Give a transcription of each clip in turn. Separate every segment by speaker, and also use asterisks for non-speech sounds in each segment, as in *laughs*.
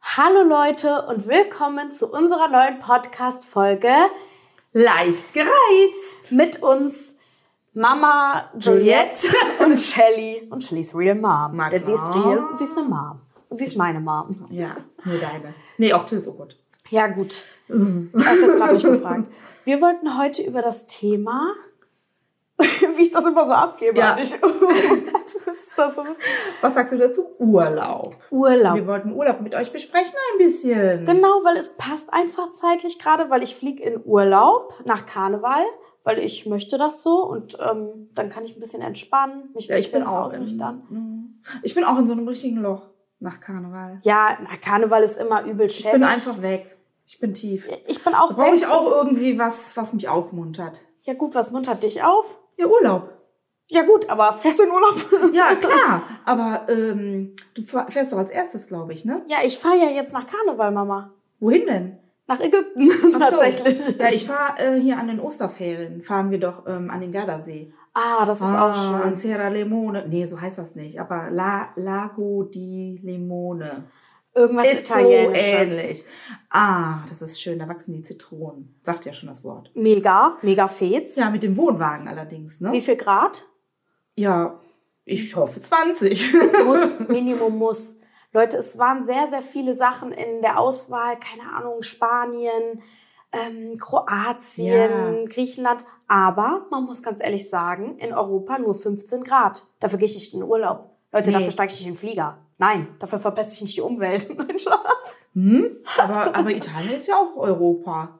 Speaker 1: Hallo Leute und willkommen zu unserer neuen Podcast-Folge
Speaker 2: Leicht gereizt.
Speaker 1: mit uns Mama Juliette *laughs* und Shelly. Und Shelly ist real Mom.
Speaker 2: Mag
Speaker 1: Denn sie ist
Speaker 2: Mom.
Speaker 1: real und sie ist eine Mom. Und sie ist meine Mom.
Speaker 2: Ja, nur deine. Nee, auch Tills, oh Gott.
Speaker 1: Ja, gut. Also, Hast du jetzt gerade nicht gefragt. Wir wollten heute über das Thema, *laughs* wie ich das immer so abgebe.
Speaker 2: Ja.
Speaker 1: Ich, du bist *laughs* das, du bist
Speaker 2: Was sagst du dazu? Urlaub.
Speaker 1: Urlaub.
Speaker 2: Wir wollten Urlaub mit euch besprechen ein bisschen.
Speaker 1: Genau, weil es passt einfach zeitlich gerade, weil ich fliege in Urlaub nach Karneval, weil ich möchte das so und ähm, dann kann ich ein bisschen entspannen, mich ein
Speaker 2: Ja, ich
Speaker 1: bisschen
Speaker 2: bin auch
Speaker 1: ausnüchtern.
Speaker 2: in, Ich bin auch in so einem richtigen Loch nach Karneval.
Speaker 1: Ja, na, Karneval ist immer übel
Speaker 2: Ich
Speaker 1: schäbig.
Speaker 2: bin einfach weg. Ich bin tief.
Speaker 1: Ich bin auch
Speaker 2: Brauche
Speaker 1: weg.
Speaker 2: ich auch irgendwie was, was mich aufmuntert.
Speaker 1: Ja gut, was muntert dich auf?
Speaker 2: Ja, Urlaub.
Speaker 1: Ja gut, aber fährst du in
Speaker 2: *laughs*
Speaker 1: Urlaub?
Speaker 2: Ja, klar. Aber ähm, du fahr- fährst doch als erstes, glaube ich, ne?
Speaker 1: ja, ich fahre ja jetzt nach Karneval, Mama.
Speaker 2: Wohin denn?
Speaker 1: Nach Ägypten
Speaker 2: Ach so.
Speaker 1: tatsächlich.
Speaker 2: Ja, ich fahre äh, hier an den Osterferien, fahren wir doch ähm, an den Gardasee.
Speaker 1: Ah, das ist auch
Speaker 2: An
Speaker 1: schön.
Speaker 2: Sierra Limone. Nee, so heißt das nicht, aber La Lago di Limone.
Speaker 1: Irgendwas
Speaker 2: ist so
Speaker 1: Italienisches.
Speaker 2: ähnlich. Ah, das ist schön, da wachsen die Zitronen. Sagt ja schon das Wort.
Speaker 1: Mega, mega fetz.
Speaker 2: Ja, mit dem Wohnwagen allerdings,
Speaker 1: Wie
Speaker 2: ne?
Speaker 1: viel Grad?
Speaker 2: Ja, ich
Speaker 1: *laughs*
Speaker 2: hoffe 20.
Speaker 1: muss, Minimum muss. Leute, es waren sehr, sehr viele Sachen in der Auswahl. Keine Ahnung, Spanien, ähm, Kroatien,
Speaker 2: Ja.
Speaker 1: Griechenland. Aber man muss ganz ehrlich sagen, in Europa nur 15 Grad. Dafür gehe ich nicht in den Urlaub. Leute,
Speaker 2: Nee.
Speaker 1: dafür steige ich nicht in den Flieger. Nein, dafür verpeste ich nicht die Umwelt. *laughs* Nein, Spaß.
Speaker 2: aber, aber Italien ist ja auch Europa.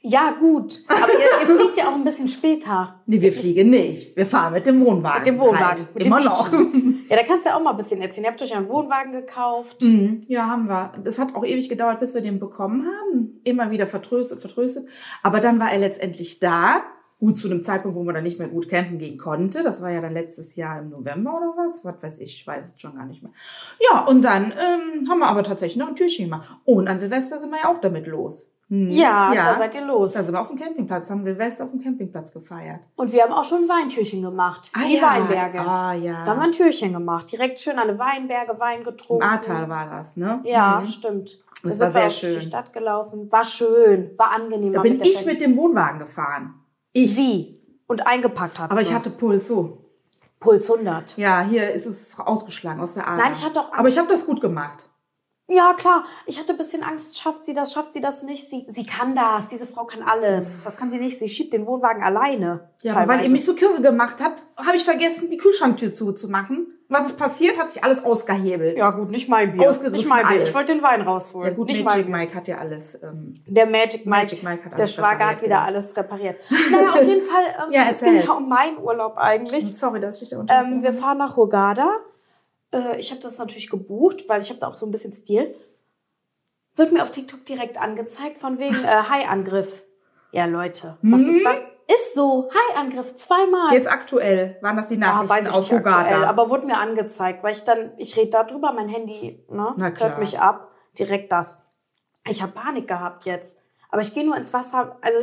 Speaker 1: Ja, gut. Aber ihr, ihr fliegt ja auch ein bisschen später.
Speaker 2: Nee, wir fliegen nicht. Wir fahren mit dem Wohnwagen.
Speaker 1: Mit dem Wohnwagen.
Speaker 2: Halt.
Speaker 1: Mit
Speaker 2: Immer
Speaker 1: dem
Speaker 2: noch.
Speaker 1: Mieten. Ja, da kannst du ja auch mal ein bisschen erzählen. Ihr habt euch ja einen Wohnwagen gekauft.
Speaker 2: Mhm, Ja, haben wir. Das hat auch ewig gedauert, bis wir den bekommen haben. Immer wieder vertröstet, vertröstet. Aber dann war er letztendlich da. Gut, zu einem Zeitpunkt, wo man dann nicht mehr gut campen gehen konnte. Das war ja dann letztes Jahr im November oder was? Was weiß ich, ich weiß es schon gar nicht mehr. Ja, und dann ähm, haben wir aber tatsächlich noch ein Türchen gemacht. Oh, Und an Silvester sind wir ja auch damit los. Mhm.
Speaker 1: Ja, da seid ihr los.
Speaker 2: Da sind wir auf dem Campingplatz, haben Silvester auf dem Campingplatz gefeiert.
Speaker 1: Und wir haben auch schon Weintürchen gemacht.
Speaker 2: Ah
Speaker 1: die
Speaker 2: ja,
Speaker 1: Weinberge.
Speaker 2: ah ja.
Speaker 1: Da haben wir ein Türchen gemacht. Direkt schön an den Weinberge Wein
Speaker 2: Im
Speaker 1: getrunken.
Speaker 2: Ahrtal war das, ne?
Speaker 1: Ja,
Speaker 2: Mhm.
Speaker 1: stimmt. Da
Speaker 2: Das
Speaker 1: sind
Speaker 2: war
Speaker 1: wir
Speaker 2: sehr
Speaker 1: auch durch
Speaker 2: schön.
Speaker 1: die Stadt gelaufen. War schön. War angenehm.
Speaker 2: Da
Speaker 1: war
Speaker 2: bin
Speaker 1: der
Speaker 2: ich
Speaker 1: Family.
Speaker 2: mit dem Wohnwagen gefahren. Ich.
Speaker 1: sie. Und eingepackt hat
Speaker 2: Aber
Speaker 1: sie.
Speaker 2: ich hatte Puls so.
Speaker 1: Puls 100. Ja,
Speaker 2: Ja, hier ist es ausgeschlagen aus der Ader.
Speaker 1: Nein, ich hatte auch Angst.
Speaker 2: Aber ich habe das gut gemacht.
Speaker 1: klar. Ich hatte ein bisschen Angst. Schafft sie das? Schafft sie das nicht? Sie, sie kann das. Diese Frau kann alles. Was kann sie nicht? Sie schiebt den Wohnwagen alleine.
Speaker 2: Ja, aber weil
Speaker 1: teilweise.
Speaker 2: ihr mich so kirre gemacht habt, habe ich vergessen, die Kühlschranktür zuzumachen. Was ist passiert? Hat sich alles ausgehebelt.
Speaker 1: Ja, gut, nicht mein Bier.
Speaker 2: Ausgerissen
Speaker 1: Nicht mein Bier.
Speaker 2: alles.
Speaker 1: Ich wollte den Wein rausholen.
Speaker 2: Ja, gut,
Speaker 1: nicht mein
Speaker 2: Magic
Speaker 1: Bier.
Speaker 2: Mike hat ja alles. Ähm,
Speaker 1: Der Magic Mike,
Speaker 2: Magic Mike hat
Speaker 1: der
Speaker 2: alles
Speaker 1: Schwager hat
Speaker 2: repariert,
Speaker 1: wieder
Speaker 2: ja.
Speaker 1: alles repariert. Naja, auf jeden Fall ähm,
Speaker 2: *laughs* Ja,
Speaker 1: es
Speaker 2: erzähl.
Speaker 1: ging ja um meinen Urlaub eigentlich.
Speaker 2: sorry, dass ich da unter.
Speaker 1: Ähm, wir fahren nach Hurghada. Äh, ich habe das natürlich gebucht, weil ich habe da auch so ein bisschen Stil. Wird mir auf TikTok direkt angezeigt von wegen äh, Hai-Angriff. Ja, Leute, was
Speaker 2: Hm?
Speaker 1: ist das? Ist so, Hai-Angriff zweimal.
Speaker 2: Jetzt aktuell waren das die
Speaker 1: Ah, weiß
Speaker 2: Nachrichten
Speaker 1: ich
Speaker 2: aus
Speaker 1: nicht aktuell,
Speaker 2: Hogada.
Speaker 1: aber wurde mir angezeigt, weil ich dann, ich rede darüber, mein Handy ne,
Speaker 2: Na klar.
Speaker 1: hört mich ab, direkt das. Ich habe Panik gehabt jetzt, aber ich gehe nur ins Wasser, also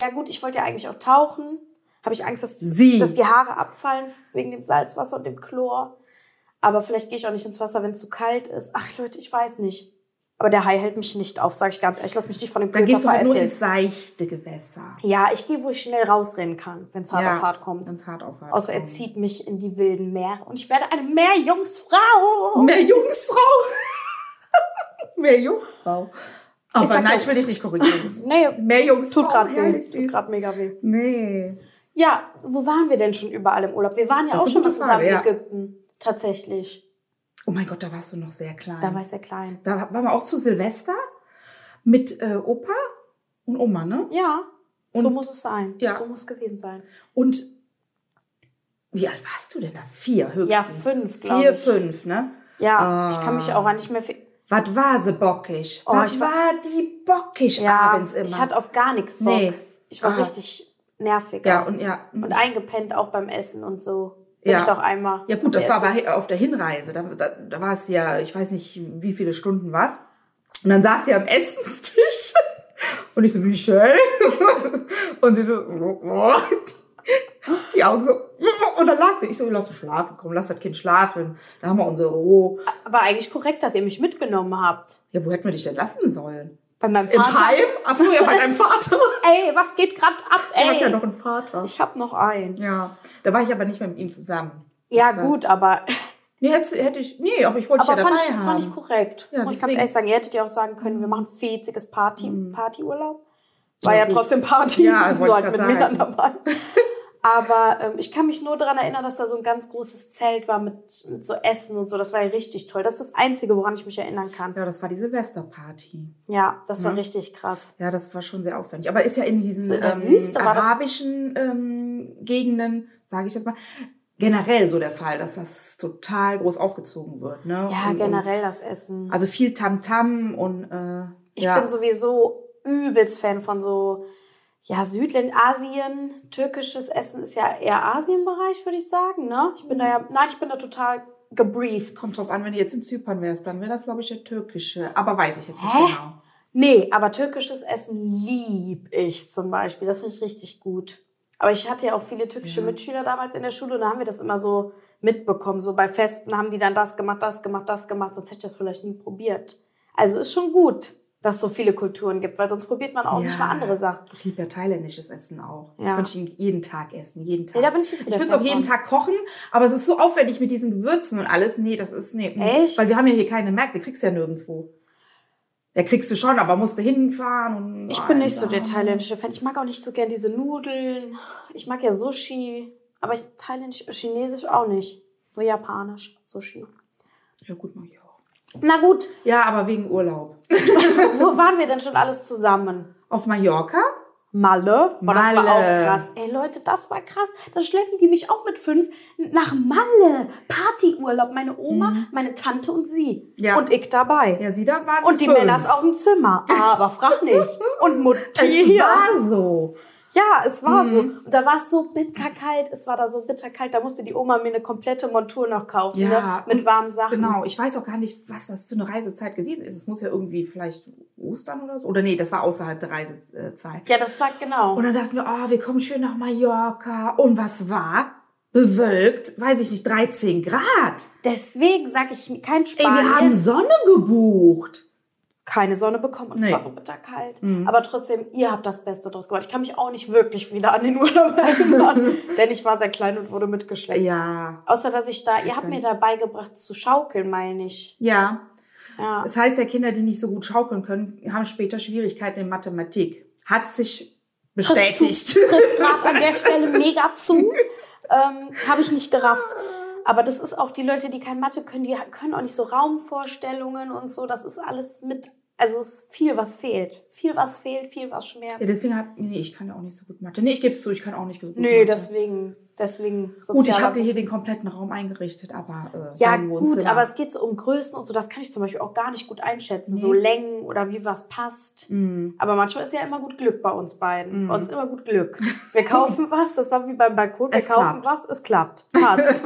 Speaker 1: ja gut, ich wollte ja eigentlich auch tauchen, habe ich Angst, dass,
Speaker 2: Sie.
Speaker 1: dass die Haare abfallen wegen dem Salzwasser und dem Chlor. Aber vielleicht gehe ich auch nicht ins Wasser, wenn es zu kalt ist. Ach Leute, ich weiß nicht. Aber der Hai hält mich nicht auf, sage ich ganz ehrlich. Lass mich nicht von dem
Speaker 2: Dann
Speaker 1: Köter
Speaker 2: gehst du halt nur
Speaker 1: veräppeln.
Speaker 2: ins seichte Gewässer.
Speaker 1: Ja, ich gehe, wo ich schnell rausrennen kann, wenn es hart auf hart kommt.
Speaker 2: Wenn's hart auf hart
Speaker 1: Außer er
Speaker 2: kommt.
Speaker 1: zieht mich in die wilden Meere und ich werde eine Meerjungsfrau.
Speaker 2: Mehr Jungsfrau. *laughs* Mehr Jungfrau.
Speaker 1: Ich
Speaker 2: Aber
Speaker 1: sag
Speaker 2: nein,
Speaker 1: Jungs.
Speaker 2: ich will dich
Speaker 1: *laughs*
Speaker 2: nicht korrigieren.
Speaker 1: Nee,
Speaker 2: Mehr Jungsfrau.
Speaker 1: tut gerade weh.
Speaker 2: herrlich
Speaker 1: Tut
Speaker 2: süß.
Speaker 1: gerade mega weh.
Speaker 2: Nee.
Speaker 1: Ja, wo waren wir denn schon überall im Urlaub? Wir waren ja
Speaker 2: Das ist
Speaker 1: auch schon
Speaker 2: eine
Speaker 1: mal
Speaker 2: gute
Speaker 1: zusammen
Speaker 2: Frage,
Speaker 1: in
Speaker 2: ja.
Speaker 1: Ägypten. Tatsächlich.
Speaker 2: Oh mein Gott, da warst du noch sehr klein.
Speaker 1: Da war ich sehr klein.
Speaker 2: Da waren wir auch zu Silvester mit äh, Opa und Oma, ne?
Speaker 1: Ja, so
Speaker 2: Und-
Speaker 1: muss es sein.
Speaker 2: Ja.
Speaker 1: So muss es gewesen sein.
Speaker 2: Und wie alt warst du denn da? Vier
Speaker 1: Ja,
Speaker 2: höchstens.
Speaker 1: fünf, glaub
Speaker 2: Vier,
Speaker 1: ich.
Speaker 2: fünf, ne?
Speaker 1: Ja, ich kann mich
Speaker 2: Ah.
Speaker 1: auch an nicht mehr... viel-
Speaker 2: Was war sie bockig?
Speaker 1: Oh,
Speaker 2: Was
Speaker 1: ich
Speaker 2: war,
Speaker 1: war-
Speaker 2: die bockig
Speaker 1: Ja,
Speaker 2: abends immer?
Speaker 1: Ah, ich hatte auf gar nichts Bock.
Speaker 2: Nee.
Speaker 1: Ich war
Speaker 2: Ah.
Speaker 1: richtig nervig.
Speaker 2: ja, und ja.
Speaker 1: Und eingepennt auch beim Essen und so. Bin ich doch einmal.
Speaker 2: Ja gut, das war
Speaker 1: erzählt.
Speaker 2: aber auf der Hinreise. Da, da, da war es ja, ich weiß nicht, wie viele Stunden war. Und dann saß sie am Essenstisch und ich so, Michelle. *laughs* Und sie so, oh, oh. die Augen so, und dann lag sie. Ich so, lass sie schlafen, komm, lass das Kind schlafen. Da haben wir unsere Ruhe.
Speaker 1: aber eigentlich korrekt, dass ihr mich mitgenommen habt.
Speaker 2: Ja, wo hätten wir dich denn lassen sollen?
Speaker 1: Bei meinem
Speaker 2: Im
Speaker 1: Vater.
Speaker 2: Heim? Ach so, ja, bei deinem Vater.
Speaker 1: *laughs* Ey, was geht gerade ab,
Speaker 2: Er hat ja
Speaker 1: ey?
Speaker 2: noch einen Vater.
Speaker 1: ich hab noch einen.
Speaker 2: Ja, da war ich aber nicht mehr mit ihm zusammen.
Speaker 1: Ja,
Speaker 2: Das war-
Speaker 1: gut, aber,
Speaker 2: Nee, hättest- hätte ich, nee, aber ich wollte dich
Speaker 1: aber
Speaker 2: ja dabei
Speaker 1: fand, ich,
Speaker 2: haben.
Speaker 1: fand ich korrekt.
Speaker 2: Ja,
Speaker 1: Muss ich ganz
Speaker 2: deswegen- Mhm.
Speaker 1: ehrlich sagen, ihr hättet ja auch sagen können, wir machen fetziges Party, Partyurlaub. War ja, trotzdem Party, *laughs*
Speaker 2: Ja, wollte
Speaker 1: nur
Speaker 2: ich
Speaker 1: halt
Speaker 2: grad
Speaker 1: mit
Speaker 2: sagen.
Speaker 1: Männern
Speaker 2: *laughs*
Speaker 1: dabei. aber ähm, ich kann mich nur daran erinnern, dass da so ein ganz großes Zelt war mit, mit so Essen und so. Das war ja richtig toll. Das ist das Einzige, woran ich mich erinnern kann.
Speaker 2: Ja, Mhm. das war die Silvesterparty.
Speaker 1: Ja, das war richtig krass.
Speaker 2: Ja, das war schon sehr aufwendig. Aber ist ja in diesen
Speaker 1: So in der
Speaker 2: ähm,
Speaker 1: Wüste war das-
Speaker 2: arabischen ähm, Gegenden, sage ich jetzt mal, generell so der Fall, dass das total groß aufgezogen wird. Ne?
Speaker 1: Ja, genau.
Speaker 2: und,
Speaker 1: generell das Essen.
Speaker 2: Und, also viel Tamtam und äh,
Speaker 1: Ich
Speaker 2: ja.
Speaker 1: bin sowieso übelst Fan von so, ja, Südländ, Asien, türkisches Essen ist ja eher Asienbereich, würde ich sagen, ne? Ich bin da ja, nein, ich bin da total gebrieft.
Speaker 2: Kommt drauf an, wenn du jetzt in Zypern wärst, dann wäre das, glaube ich, der türkische. Aber weiß ich jetzt nicht
Speaker 1: Hä?
Speaker 2: genau.
Speaker 1: Nee, aber türkisches Essen lieb ich zum Beispiel. Das finde ich richtig gut. Aber ich hatte ja auch viele türkische Mitschüler damals in der Schule und da haben wir das immer so mitbekommen. So bei Festen haben die dann das gemacht, das gemacht, das gemacht, sonst hätte ich das vielleicht nie probiert. Also ist schon gut, dass es so viele Kulturen gibt, weil sonst probiert man auch nicht mal andere Sachen.
Speaker 2: Ich liebe ja thailändisches Essen auch.
Speaker 1: Ja.
Speaker 2: Könnte ich jeden Tag essen, jeden Tag.
Speaker 1: Nee, da bin ich nicht so
Speaker 2: ich
Speaker 1: der
Speaker 2: würde es
Speaker 1: Fan
Speaker 2: auch jeden
Speaker 1: von.
Speaker 2: Tag kochen, aber es ist so aufwendig mit diesen Gewürzen und alles. Nee, das ist, nee. mm.
Speaker 1: Echt?
Speaker 2: Weil wir haben ja hier keine Märkte, kriegst ja nirgendwo. Ja, kriegst du schon, aber musst du hinfahren und.
Speaker 1: Ich bin nicht so
Speaker 2: Alter.
Speaker 1: der thailändische Fan. Ich mag auch nicht so gern diese Nudeln. Ich mag ja Sushi. Aber ich, thailändisch, äh, chinesisch auch nicht. Nur japanisch Sushi.
Speaker 2: Ja, gut, mach ich auch.
Speaker 1: Na gut,
Speaker 2: Ja, aber wegen Urlaub.
Speaker 1: wo waren wir denn schon alles zusammen?
Speaker 2: Auf Mallorca?
Speaker 1: Malle. Boah, das war
Speaker 2: Malle.
Speaker 1: auch krass. Ey Leute, das war krass. Da schleppen die mich auch mit fünf nach Malle. Partyurlaub. Meine Oma, meine Tante und sie.
Speaker 2: Mhm. Ja.
Speaker 1: Und ich dabei.
Speaker 2: Ja, sie da war sie
Speaker 1: und die
Speaker 2: fünf.
Speaker 1: Männer ist auf dem Zimmer. Aber frag
Speaker 2: *laughs*
Speaker 1: nicht. Und Mutti
Speaker 2: Es
Speaker 1: hier.
Speaker 2: war so.
Speaker 1: Ja, es war so.
Speaker 2: Mhm.
Speaker 1: Und da war es so bitterkalt. Es war da so bitterkalt. Da musste die Oma mir eine komplette Montur noch kaufen.
Speaker 2: Ja,
Speaker 1: ne? Mit
Speaker 2: und-
Speaker 1: warmen Sachen.
Speaker 2: Genau, ich weiß auch gar nicht, was das für eine Reisezeit gewesen ist. Es muss ja irgendwie vielleicht Ostern oder so. Oder nee, das war außerhalb der Reisezeit.
Speaker 1: Ja, das war genau.
Speaker 2: Und dann dachten wir, oh, wir kommen schön nach Mallorca. Und was war? Bewölkt, weiß ich nicht, 13 Grad.
Speaker 1: Deswegen sag ich kein
Speaker 2: Ey,
Speaker 1: Spanien.
Speaker 2: wir haben Sonne gebucht.
Speaker 1: keine Sonne bekommen und
Speaker 2: Nee. Mhm.
Speaker 1: es war so bitterkalt. Aber trotzdem, ihr habt das Beste draus gemacht. Ich kann mich auch nicht wirklich wieder an den Urlaub *laughs* erinnern, denn ich war sehr klein und wurde mitgeschleppt.
Speaker 2: Ja,
Speaker 1: Außer, dass ich da, ihr habt
Speaker 2: gar
Speaker 1: mir
Speaker 2: nicht.
Speaker 1: dabei gebracht zu schaukeln, meine ich.
Speaker 2: ja.
Speaker 1: Ja.
Speaker 2: Das heißt ja, Kinder, die nicht so gut schaukeln können, haben später Schwierigkeiten in Mathematik. Hat sich bestätigt.
Speaker 1: gerade an der Stelle mega zu. Ähm, Habe ich nicht gerafft. Aber das ist auch die Leute, die kein Mathe können, die können auch nicht so Raumvorstellungen und so. Das ist alles mit, also es ist viel, was fehlt. Viel, was fehlt, viel, was
Speaker 2: Ja,
Speaker 1: schmerzt.
Speaker 2: deswegen hab, nee, ich kann ja auch nicht so gut Mathe. Nee, ich gebe es zu, ich kann auch nicht so gut
Speaker 1: Nö,
Speaker 2: Mathe.
Speaker 1: deswegen, deswegen.
Speaker 2: Gut, ich
Speaker 1: sozialer-
Speaker 2: habe dir hier den kompletten Raum eingerichtet, aber äh,
Speaker 1: ja,
Speaker 2: dein
Speaker 1: gut,
Speaker 2: Wohnzimmer.
Speaker 1: aber es geht so um Größen und so, das kann ich zum Beispiel auch gar nicht gut einschätzen. So Längen oder wie was passt.
Speaker 2: Mm.
Speaker 1: Aber manchmal ist ja immer gut Glück bei uns beiden. Bei uns immer gut Glück. Wir
Speaker 2: *laughs*
Speaker 1: kaufen was, das war wie beim Balkon, wir
Speaker 2: Es
Speaker 1: kaufen
Speaker 2: klappt.
Speaker 1: was, es klappt. Passt.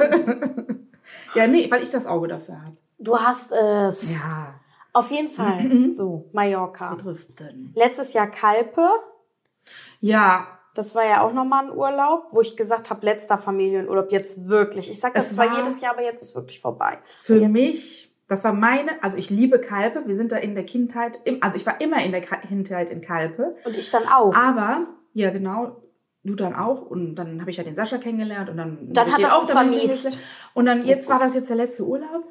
Speaker 2: ja, nee, weil ich das Auge dafür habe.
Speaker 1: Du hast es.
Speaker 2: Ja, Mhm,
Speaker 1: Auf jeden Fall. so, Mallorca.
Speaker 2: driften.
Speaker 1: Letztes Jahr Kalpe.
Speaker 2: Ja,
Speaker 1: Das war ja auch nochmal ein Urlaub, wo ich gesagt habe, letzter Familienurlaub, jetzt wirklich. Ich sage das
Speaker 2: Es
Speaker 1: zwar
Speaker 2: war-
Speaker 1: jedes Jahr, aber jetzt ist wirklich vorbei.
Speaker 2: Für mich Das war meine, also ich liebe Kalpe. Wir sind da in der Kindheit, im- also ich war immer in der Ka- Kindheit in Kalpe.
Speaker 1: Und ich dann auch.
Speaker 2: Aber, ja genau, du dann auch. Und dann habe ich ja den Sascha kennengelernt und dann,
Speaker 1: Dann
Speaker 2: hab ich
Speaker 1: hat
Speaker 2: den
Speaker 1: das uns
Speaker 2: damit
Speaker 1: vermiest.
Speaker 2: kennengelernt. Und dann, jetzt war das jetzt der letzte Urlaub.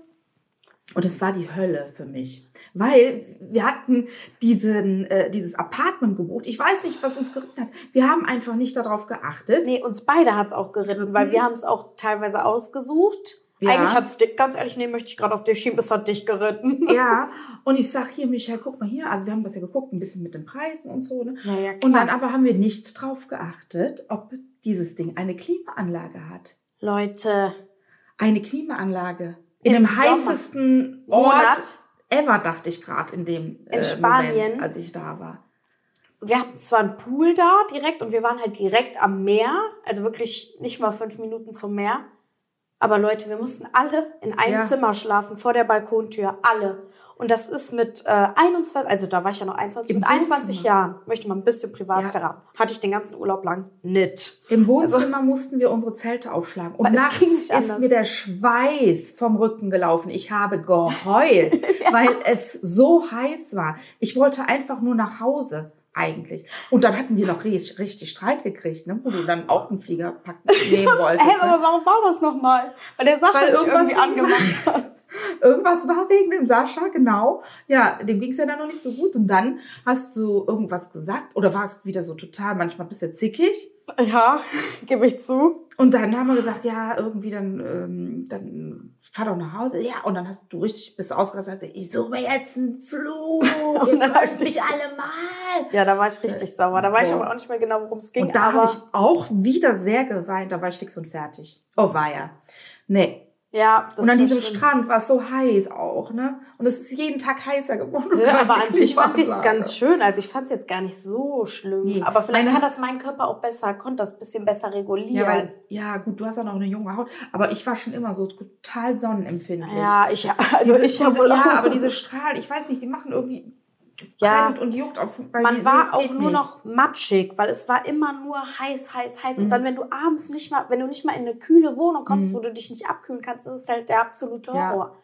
Speaker 2: Und es war die Hölle für mich, weil wir hatten diesen, äh, dieses Apartment gebucht. Ich weiß nicht, was uns geritten hat. Wir haben einfach nicht darauf geachtet.
Speaker 1: Nee, uns beide hat's auch geritten, weil wir haben es auch teilweise ausgesucht.
Speaker 2: Mhm. Ja.
Speaker 1: Eigentlich hat's dich, ganz ehrlich, nee, möchte ich gerade auf dich schieben, es hat dich geritten. *laughs*
Speaker 2: Ja, und ich sag hier, Michael, guck mal hier, also wir haben das ja geguckt, ein bisschen mit den Preisen und so. Ne?
Speaker 1: Ja, ja, klar.
Speaker 2: und dann aber haben wir nicht drauf geachtet, ob dieses Ding eine Klimaanlage hat.
Speaker 1: Leute,
Speaker 2: Eine Klimaanlage. In
Speaker 1: Im
Speaker 2: dem
Speaker 1: Sommer.
Speaker 2: heißesten
Speaker 1: Monat.
Speaker 2: Ort ever, dachte ich gerade in dem äh,
Speaker 1: Spanien.
Speaker 2: Moment, als ich da war.
Speaker 1: wir hatten zwar einen Pool da direkt und wir waren halt direkt am Meer, also wirklich nicht mal fünf Minuten zum Meer. Aber Leute, wir mussten alle in einem
Speaker 2: Ja.
Speaker 1: Zimmer schlafen, vor der Balkontür, alle. Und das ist mit äh, 21, also da war ich ja noch 21,
Speaker 2: Im
Speaker 1: mit 21
Speaker 2: Wohnzimmer.
Speaker 1: Jahren, möchte man ein bisschen Privatsphäre
Speaker 2: Ja.
Speaker 1: haben. Hatte ich den ganzen Urlaub lang nicht.
Speaker 2: Im Wohnzimmer mussten wir unsere Zelte aufschlagen. Und
Speaker 1: Weil Also es ging
Speaker 2: nachts
Speaker 1: nicht anders.
Speaker 2: ist mir der Schweiß vom Rücken gelaufen. Ich habe
Speaker 1: *laughs*
Speaker 2: geheult, weil es so heiß war. Ich wollte einfach nur nach Hause eigentlich. Und dann hatten wir noch richtig, richtig Streit gekriegt, ne? wo du dann auch
Speaker 1: *laughs*
Speaker 2: einen Fliegerpack nehmen wolltest.
Speaker 1: Hä, aber
Speaker 2: Ne?
Speaker 1: warum war das nochmal? Weil der Sascha
Speaker 2: Weil
Speaker 1: dich
Speaker 2: irgendwas
Speaker 1: irgendwie angemacht hat.
Speaker 2: *laughs* Irgendwas war wegen dem Sascha, genau. Ja, dem ging's ja dann noch nicht so gut. Und dann hast du irgendwas gesagt oder warst wieder so total, manchmal bist du zickig.
Speaker 1: Ja, gebe ich zu.
Speaker 2: Und dann haben wir gesagt, ja, irgendwie dann, ähm, dann fahr doch nach Hause. Ja, und dann hast du richtig, bist du ausgerastet, hast gesagt, ich suche mir jetzt
Speaker 1: *laughs*
Speaker 2: einen Flug,
Speaker 1: dann
Speaker 2: ihr könnt
Speaker 1: hast du-
Speaker 2: mich alle mal.
Speaker 1: Ja, da war ich richtig sauer. Da weiß ich
Speaker 2: Ja.
Speaker 1: aber auch nicht mehr genau, worum es ging.
Speaker 2: Und da
Speaker 1: aber
Speaker 2: habe ich auch wieder sehr geweint, da war ich fix und fertig. Oh, war ja. Nee.
Speaker 1: ja, das
Speaker 2: Und an
Speaker 1: war
Speaker 2: diesem
Speaker 1: schlimm.
Speaker 2: Strand war es so heiß auch, ne? Und es ist jeden Tag heißer geworden. *laughs*
Speaker 1: Ja, Ne, aber an sich fand ich es
Speaker 2: Klimaanlage.
Speaker 1: ganz schön. Also ich fand es jetzt gar nicht so schlimm.
Speaker 2: Nee.
Speaker 1: Aber vielleicht
Speaker 2: Meine-
Speaker 1: kann das mein Körper auch besser, konnte das ein bisschen besser regulieren.
Speaker 2: Ja, weil, ja, gut, du hast ja noch eine junge Haut, aber ich war schon immer so total sonnenempfindlich.
Speaker 1: Ja, ich, also
Speaker 2: Diese-
Speaker 1: ich ja
Speaker 2: diese,
Speaker 1: wohl auch.
Speaker 2: ja, aber diese Strahlen, ich weiß nicht, die machen irgendwie das
Speaker 1: Ja.
Speaker 2: brennt und juckt auf bei mir-
Speaker 1: Man
Speaker 2: nee,
Speaker 1: war
Speaker 2: das
Speaker 1: auch
Speaker 2: geht
Speaker 1: nur
Speaker 2: nicht.
Speaker 1: noch matschig, weil es war immer nur heiß, heiß,
Speaker 2: Mhm.
Speaker 1: heiß. Und dann, wenn du abends nicht mal, wenn du nicht mal in eine kühle Wohnung kommst, wo du dich nicht abkühlen kannst, ist es halt der absolute
Speaker 2: Ja.
Speaker 1: Horror.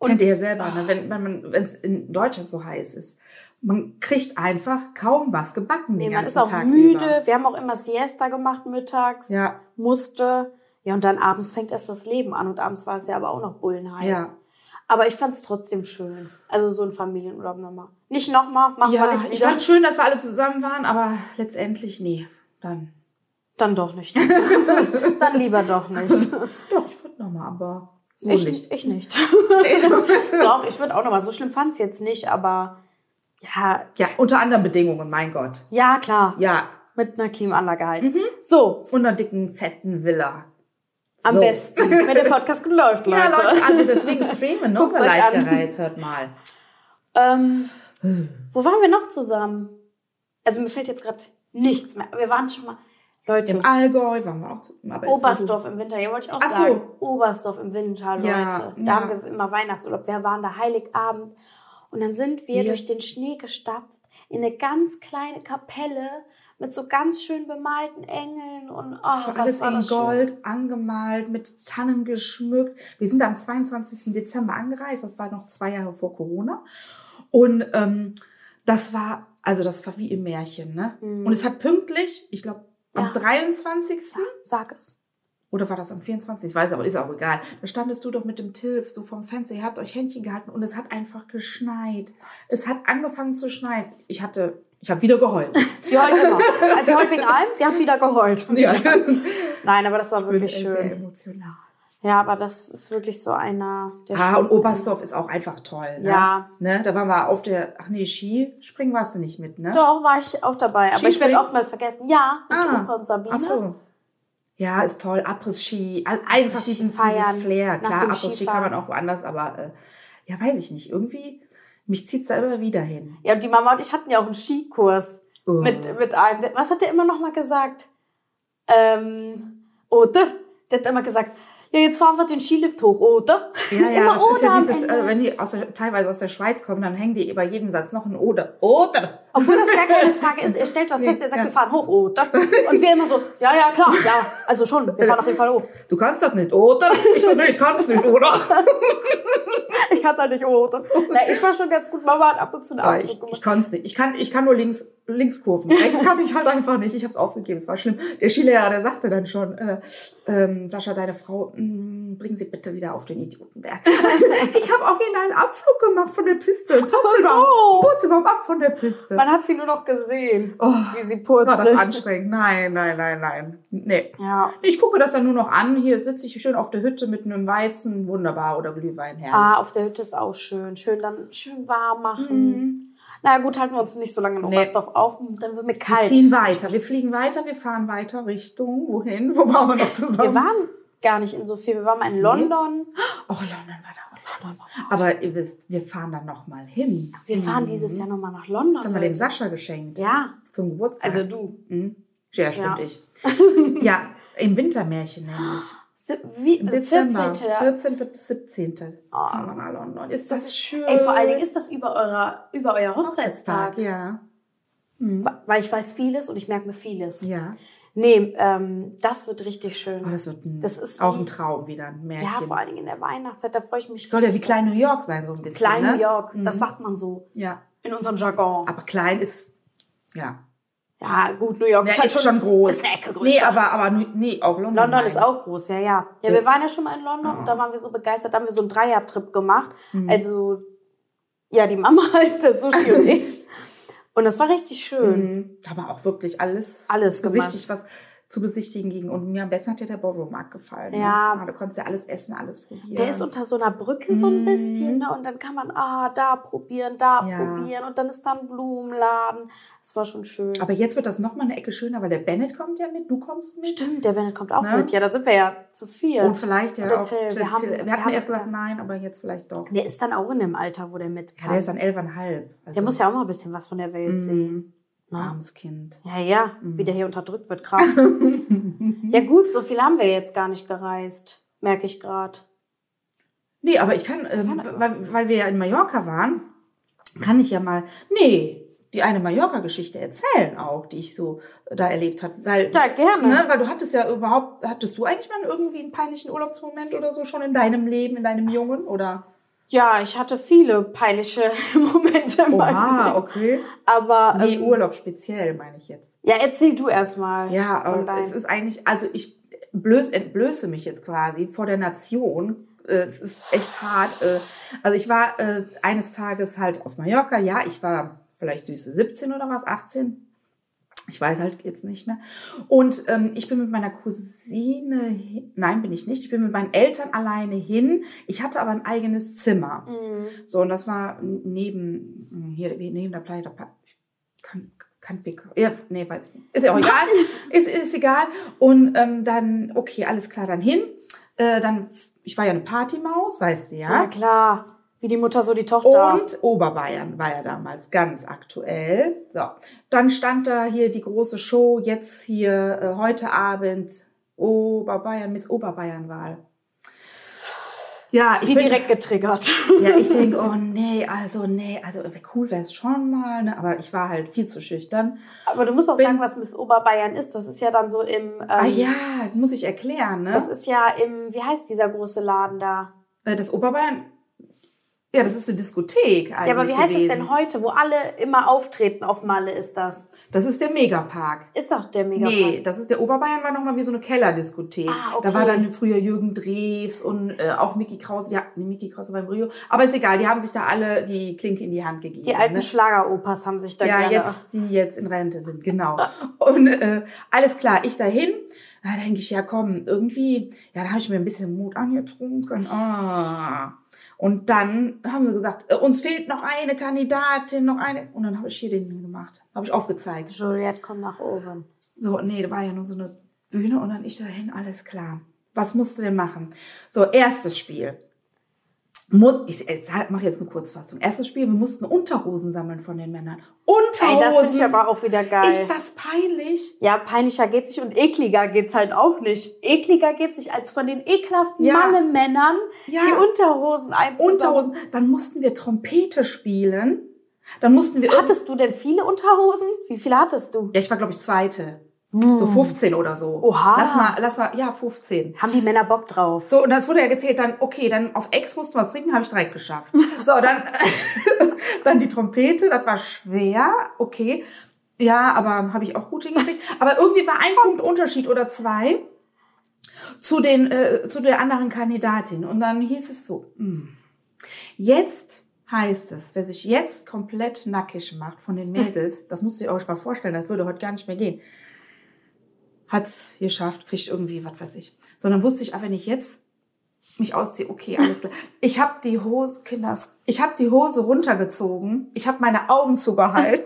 Speaker 2: kennt ihr ja selber, ne? wenn wenn man wenn es in Deutschland so heiß ist, man kriegt einfach kaum was gebacken den
Speaker 1: Nee, man
Speaker 2: ganzen
Speaker 1: ist auch
Speaker 2: Tag
Speaker 1: müde.
Speaker 2: über.
Speaker 1: Wir haben auch immer Siesta gemacht mittags.
Speaker 2: Ja.
Speaker 1: Musste. Ja, und dann abends fängt erst das Leben an. Und abends war es ja aber auch noch bullenheiß.
Speaker 2: Ja.
Speaker 1: Aber ich fand es trotzdem schön. Also so ein Familienurlaub nochmal. Nicht nochmal, machen wir
Speaker 2: Ja,
Speaker 1: nicht
Speaker 2: ich
Speaker 1: wieder.
Speaker 2: fand schön, dass wir alle zusammen waren, aber letztendlich nee, dann
Speaker 1: dann doch nicht. *laughs* dann lieber doch nicht.
Speaker 2: doch, ich würde noch mal, aber so
Speaker 1: ich
Speaker 2: nicht.
Speaker 1: nicht. Ich nicht. *laughs* doch, ich würde auch nochmal. So schlimm fand es jetzt nicht, aber ja,
Speaker 2: Ja, unter anderen Bedingungen, mein Gott.
Speaker 1: ja, klar.
Speaker 2: Ja, Mhm.
Speaker 1: Mit einer Klimaanlage halt. So,
Speaker 2: unter dicken fetten Villa.
Speaker 1: am
Speaker 2: So.
Speaker 1: besten. Wenn der Podcast gut läuft, Leute.
Speaker 2: Ja, Leute, also deswegen streamen,
Speaker 1: *laughs*
Speaker 2: ne?
Speaker 1: Guckt's euch
Speaker 2: Leicht
Speaker 1: an.
Speaker 2: gereizt, hört mal.
Speaker 1: Ähm, wo waren wir noch zusammen? Also mir fällt jetzt gerade nichts mehr. Wir waren schon mal, Leute,
Speaker 2: Im Allgäu waren wir auch. zu- Aber jetzt-
Speaker 1: Oberstdorf im Winter, ja, wollte ich auch
Speaker 2: Ach so.
Speaker 1: sagen. Oberstdorf im Winter, Leute.
Speaker 2: Ja,
Speaker 1: da
Speaker 2: ja.
Speaker 1: haben wir immer Weihnachtsurlaub. Wir waren da Heiligabend. Und dann sind wir
Speaker 2: Wir-
Speaker 1: durch den Schnee gestapft in eine ganz kleine Kapelle mit so ganz schön bemalten Engeln und oh,
Speaker 2: Das war alles
Speaker 1: was war
Speaker 2: in
Speaker 1: das schön.
Speaker 2: Gold angemalt, mit Tannen geschmückt. Wir sind am 22. Dezember angereist. Das war noch zwei Jahre vor Corona. Und ähm, das war, also das war wie im Märchen, ne? Und es hat pünktlich, ich glaube, am
Speaker 1: Mhm. Ja.
Speaker 2: 23.
Speaker 1: Sag es.
Speaker 2: Oder war das am 24? Ich weiß aber, ist auch egal. Da standest du doch mit dem Tilf so vom Fenster. Ihr habt euch Händchen gehalten und es hat einfach geschneit. Es hat angefangen zu schneien. Ich hatte, ich habe wieder geheult.
Speaker 1: *laughs* Sie heult immer. Also sie heult wegen allem, sie hat wieder
Speaker 2: *laughs*
Speaker 1: geheult.
Speaker 2: ja.
Speaker 1: Nein, aber das war wirklich
Speaker 2: Sehr
Speaker 1: schön.
Speaker 2: emotional.
Speaker 1: Ja, aber das ist wirklich so einer der
Speaker 2: Ah, und
Speaker 1: schönsten-
Speaker 2: Oberstdorf ist auch einfach toll. Ne?
Speaker 1: Ja.
Speaker 2: Ne? Da waren wir auf der, ach nee, Skispringen warst du nicht mit, ne?
Speaker 1: Doch, war ich auch dabei. Aber ich werde
Speaker 2: Skispringen?
Speaker 1: oftmals vergessen. Ja, mit ah, Opa und Sabine.
Speaker 2: ach so. Ja, ist toll. Abriss-Ski, all- einfach
Speaker 1: Abriss-Ski
Speaker 2: diesen,
Speaker 1: feiern,
Speaker 2: dieses Flair.
Speaker 1: nach
Speaker 2: Klar,
Speaker 1: dem
Speaker 2: Abriss-Ski kann
Speaker 1: Skifahren.
Speaker 2: man auch woanders, aber äh, ja, weiß ich nicht. Irgendwie, mich zieht's da immer wieder hin.
Speaker 1: Ja, und die Mama und ich hatten ja auch einen Skikurs
Speaker 2: Oh.
Speaker 1: mit, mit einem. Was hat der immer noch mal gesagt? Ähm, oder? Der hat immer gesagt, ja, jetzt fahren wir den Skilift hoch, oder?
Speaker 2: Ja,
Speaker 1: *laughs*
Speaker 2: ja,
Speaker 1: immer
Speaker 2: das ist ja
Speaker 1: am
Speaker 2: dieses,
Speaker 1: Ende.
Speaker 2: äh, wenn die aus der, teilweise aus der Schweiz kommen, dann hängen die bei jedem Satz noch ein Oder. Oder!
Speaker 1: Obwohl das gar keine Oh, Frage ist. Er stellt was fest, er sagt,
Speaker 2: ja.
Speaker 1: wir fahren hoch,
Speaker 2: *laughs*
Speaker 1: oder? Und wir immer so, ja, ja, klar, ja. Also schon, wir fahren auf jeden Fall hoch. *laughs*
Speaker 2: Du kannst das nicht, oder? *laughs* Ich so, nee, ich kann es nicht, oder?
Speaker 1: Ich kann es halt nicht ohne Hose. Na, ich war schon ganz gut, Mama hat ab und zu einen
Speaker 2: Aber
Speaker 1: Arm
Speaker 2: ich, ich
Speaker 1: gemacht.
Speaker 2: konnte es nicht. Ich kann, ich kann nur links, links kurven. Rechts kann ich halt einfach nicht. Ich habe es aufgegeben. Es war schlimm. Der Skilehrer, der sagte dann schon, äh, ähm, Sascha, deine Frau, mh, bringen Sie bitte wieder auf den Idiotenberg. *laughs* ich habe original einen Abflug gemacht von der Piste. Purzelbaum, Purzelbaum ab von der Piste.
Speaker 1: Man hat sie nur noch gesehen, wie sie purzelt.
Speaker 2: Oh. War das anstrengend? Nein, nein, nein, nein. Nee.
Speaker 1: Ja.
Speaker 2: Ich gucke mir das dann nur noch an. Hier sitze ich schön auf der Hütte mit einem Weizen. Wunderbar. Oder Glühwein. Herrlich.
Speaker 1: Ah, auf der Hütte ist auch schön. Schön dann schön warm machen. Na ja, gut, halten wir uns nicht so lange in
Speaker 2: Mhm. Nee.
Speaker 1: Oberstdorf auf, dann wird mir
Speaker 2: Wir
Speaker 1: kalt.
Speaker 2: ziehen weiter, wir fliegen weiter, wir fahren weiter Richtung, wohin? Wo waren wir noch
Speaker 1: Wir
Speaker 2: zusammen?
Speaker 1: waren gar nicht in so viel. Wir waren mal in London.
Speaker 2: oh, London war da. London war da. Aber ihr wisst, wir fahren dann nochmal hin.
Speaker 1: Wir fahren dieses Jahr nochmal nach London.
Speaker 2: Das haben Mhm. wir dem Sascha geschenkt.
Speaker 1: Ja.
Speaker 2: Zum Geburtstag.
Speaker 1: Also du.
Speaker 2: ja, stimmt
Speaker 1: Ja. *laughs*
Speaker 2: ich. Ja, im Wintermärchen nämlich.
Speaker 1: Si- Wie,
Speaker 2: Im Dezember.
Speaker 1: 14.
Speaker 2: 14. bis 17. fahren wir nach London. Ist das, schön?
Speaker 1: Ah. Ey, vor allen Dingen ist das über, eurer, über euer Hochzeitstag.
Speaker 2: Ja,
Speaker 1: Weil ich weiß vieles und ich merke mir vieles.
Speaker 2: ja.
Speaker 1: Nee, ähm, das wird richtig schön.
Speaker 2: Oh, das wird ein,
Speaker 1: Das ist
Speaker 2: auch
Speaker 1: wie-
Speaker 2: ein Traum wieder, ein
Speaker 1: ja,
Speaker 2: Märchen.
Speaker 1: vor allen Dingen in der Weihnachtszeit, da freue ich mich.
Speaker 2: Soll ja wie Klein New York sein, so ein bisschen.
Speaker 1: Klein
Speaker 2: ne?
Speaker 1: New York, das sagt man so.
Speaker 2: Ja.
Speaker 1: In unserem Jargon.
Speaker 2: Aber klein ist, ja,
Speaker 1: Ja, gut, New York
Speaker 2: Ja,
Speaker 1: halt
Speaker 2: ist schon groß.
Speaker 1: Ist eine Ecke größer.
Speaker 2: Nee, aber, aber nu- nee, auch London.
Speaker 1: London
Speaker 2: meine
Speaker 1: ist
Speaker 2: ich.
Speaker 1: auch groß, ja, ja. Ja, wir waren ja schon mal in London
Speaker 2: Ah.
Speaker 1: und da waren wir so begeistert, da haben wir so einen Dreier-Trip gemacht.
Speaker 2: Mhm.
Speaker 1: Also, ja, die Mama *laughs* halt, der Sushi
Speaker 2: *laughs*
Speaker 1: und ich. Und das war richtig schön.
Speaker 2: Da haben wir auch wirklich alles,
Speaker 1: Alles
Speaker 2: besichtigt, was zu besichtigen ging. Und mir am besten hat ja der Borough-Markt gefallen. ne?
Speaker 1: Ja.
Speaker 2: Du konntest ja alles essen, alles probieren.
Speaker 1: Der ist unter so einer Brücke so ein bisschen, ne? Und dann kann man, ah, da probieren, da
Speaker 2: Mhm. Ja.
Speaker 1: probieren. Und dann ist da ein Blumenladen. Das war schon schön.
Speaker 2: aber jetzt wird das nochmal eine Ecke schöner, weil der Bennett kommt ja mit, du kommst mit.
Speaker 1: Stimmt, der Bennett kommt auch
Speaker 2: Ne?
Speaker 1: mit. Ja, da sind wir ja zu viel.
Speaker 2: Und vielleicht ja
Speaker 1: Oder
Speaker 2: auch.
Speaker 1: Till,
Speaker 2: Till-
Speaker 1: wir, haben,
Speaker 2: Till- wir
Speaker 1: wir
Speaker 2: hatten
Speaker 1: haben-
Speaker 2: erst gesagt, nein, aber jetzt vielleicht doch.
Speaker 1: Der ist dann auch in dem Alter, wo der mit
Speaker 2: Ja,
Speaker 1: kann.
Speaker 2: der ist Mhm. dann elf und halb. Also
Speaker 1: der muss ja auch mal ein bisschen was von der Welt sehen.
Speaker 2: armes Kind.
Speaker 1: Ja, ja, wie
Speaker 2: Mhm.
Speaker 1: der hier unterdrückt wird, krass.
Speaker 2: *laughs*
Speaker 1: ja gut, so viel haben wir jetzt gar nicht gereist, merke ich gerade.
Speaker 2: Nee, aber ich kann, ähm, weil, weil wir ja in Mallorca waren, kann ich ja mal, nee, die eine Mallorca-Geschichte erzählen auch, die ich so äh, da erlebt habe. Weil,
Speaker 1: Ja, gerne.
Speaker 2: Ne, weil du hattest ja überhaupt, hattest du eigentlich mal irgendwie einen peinlichen Urlaubsmoment oder so schon in deinem Leben, in deinem Jungen oder?
Speaker 1: Ja, ich hatte viele peinliche *laughs* Momente. in meinem Leben.
Speaker 2: okay.
Speaker 1: Aber
Speaker 2: Nee,
Speaker 1: ähm,
Speaker 2: Urlaub speziell meine ich jetzt.
Speaker 1: ja, erzähl du erstmal.
Speaker 2: Ja,
Speaker 1: von
Speaker 2: aber
Speaker 1: deinem-
Speaker 2: es ist eigentlich, also ich blöß, entblöße mich jetzt quasi vor der Nation. Äh, Es ist echt hart. äh. Also ich war äh, eines Tages halt auf Mallorca. Ja, ich war vielleicht süße 17 oder was, 18. Ich weiß halt jetzt nicht mehr. Und ähm, ich bin mit meiner Cousine, hin- nein, bin ich nicht. Ich bin mit meinen Eltern alleine hin. Ich hatte aber ein eigenes Zimmer.
Speaker 1: Mhm.
Speaker 2: So, und das war neben, hm, hier, neben der Playa. Kann, kann Big. Ja, nee, weiß ich nicht. Ist
Speaker 1: *laughs*
Speaker 2: ja auch egal. ist, ist egal. Und ähm, dann, okay, alles klar, dann hin. Äh, dann, ich war ja eine Partymaus, weißt du
Speaker 1: ja, klar. Wie die Mutter, so die Tochter.
Speaker 2: und Oberbayern war ja damals ganz aktuell. So, dann stand da hier die große Show, jetzt hier äh, heute Abend Oberbayern, Miss Oberbayern-Wahl. Ja, ich
Speaker 1: Sie
Speaker 2: bin-
Speaker 1: direkt getriggert.
Speaker 2: ja, ich denke, oh nee, also nee, also cool wäre es schon mal, ne? aber ich war halt viel zu schüchtern.
Speaker 1: *laughs* Aber du musst auch
Speaker 2: Bin-
Speaker 1: sagen, was Miss Oberbayern ist. Das ist ja dann so im. Ähm,
Speaker 2: Ah ja, muss ich erklären, ne?
Speaker 1: Das ist ja im. Wie heißt dieser große Laden da?
Speaker 2: Äh, das Oberbayern, ja, das ist eine Diskothek eigentlich
Speaker 1: Ja, aber wie heißt
Speaker 2: gewesen.
Speaker 1: das denn heute, wo alle immer auftreten auf Malle, ist das?
Speaker 2: Das ist der Megapark.
Speaker 1: Ist doch der mega
Speaker 2: Nee, das ist der Oberbayern war nochmal wie so eine Kellerdiskothek.
Speaker 1: Ah, okay.
Speaker 2: Da war dann früher Jürgen Drews und äh, auch Mickey Krause, ja, nee, Mickey Krause beim Rio. Aber ist egal, die haben sich da alle die Klinke in die Hand gegeben.
Speaker 1: Die alten
Speaker 2: ne?
Speaker 1: Schlageropas haben sich da
Speaker 2: ja,
Speaker 1: gerne...
Speaker 2: jetzt, die jetzt in Rente sind, genau. *laughs* Und äh, alles klar, ich dahin, Ah, da denke ich, ja komm, irgendwie, ja, da habe ich mir ein bisschen Mut angetrunken. Ah. Und dann haben sie gesagt, äh, uns fehlt noch eine Kandidatin, noch eine. Und dann habe ich hier den gemacht, habe ich aufgezeigt.
Speaker 1: Juliette, komm nach oben.
Speaker 2: So, nee, da war ja nur so eine Bühne und dann ich dahin, alles klar. Was musst du denn machen? So, erstes Spiel. Mu- Ich mache jetzt eine Kurzfassung. Erstes Spiel, wir mussten Unterhosen sammeln von den Männern.
Speaker 1: Ey,
Speaker 2: Unterhosen!
Speaker 1: das finde ich aber auch wieder geil.
Speaker 2: Ist das peinlich?
Speaker 1: ja, peinlicher geht's nicht und ekliger geht's halt auch nicht. Ekliger geht's nicht, als von den ekelhaften
Speaker 2: Ja.
Speaker 1: Malle-Männern
Speaker 2: Ja.
Speaker 1: die Unterhosen einzusammeln.
Speaker 2: Unterhosen. Dann mussten wir Trompete spielen. Dann mussten wir...
Speaker 1: Hattest du denn viele Unterhosen? Wie viele hattest du?
Speaker 2: ja, ich war, glaube ich, Zweite. So 15 oder so.
Speaker 1: Hm. Oha.
Speaker 2: Lass mal, lass mal, ja, 15.
Speaker 1: Haben die Männer Bock drauf?
Speaker 2: So, und das wurde ja gezählt, dann, okay, dann auf Ex mussten wir was trinken, habe ich direkt geschafft. So, dann, *laughs* dann die Trompete, das war schwer, okay. Ja, aber habe ich auch gut hingekriegt. Aber irgendwie war ein Punkt Unterschied oder zwei zu, den, äh, zu der anderen Kandidatin. Und dann hieß es so, hm, jetzt heißt es, wer sich jetzt komplett nackig macht von den Mädels, das musst du dir auch mal vorstellen, das würde heute gar nicht mehr gehen, hat's geschafft, kriegt irgendwie, was weiß ich. Sondern wusste ich, ah, wenn ich jetzt mich ausziehe, okay, alles klar. Ich habe die Hose, Kinders, ich habe die Hose runtergezogen, ich habe meine Augen *laughs* zugehalten.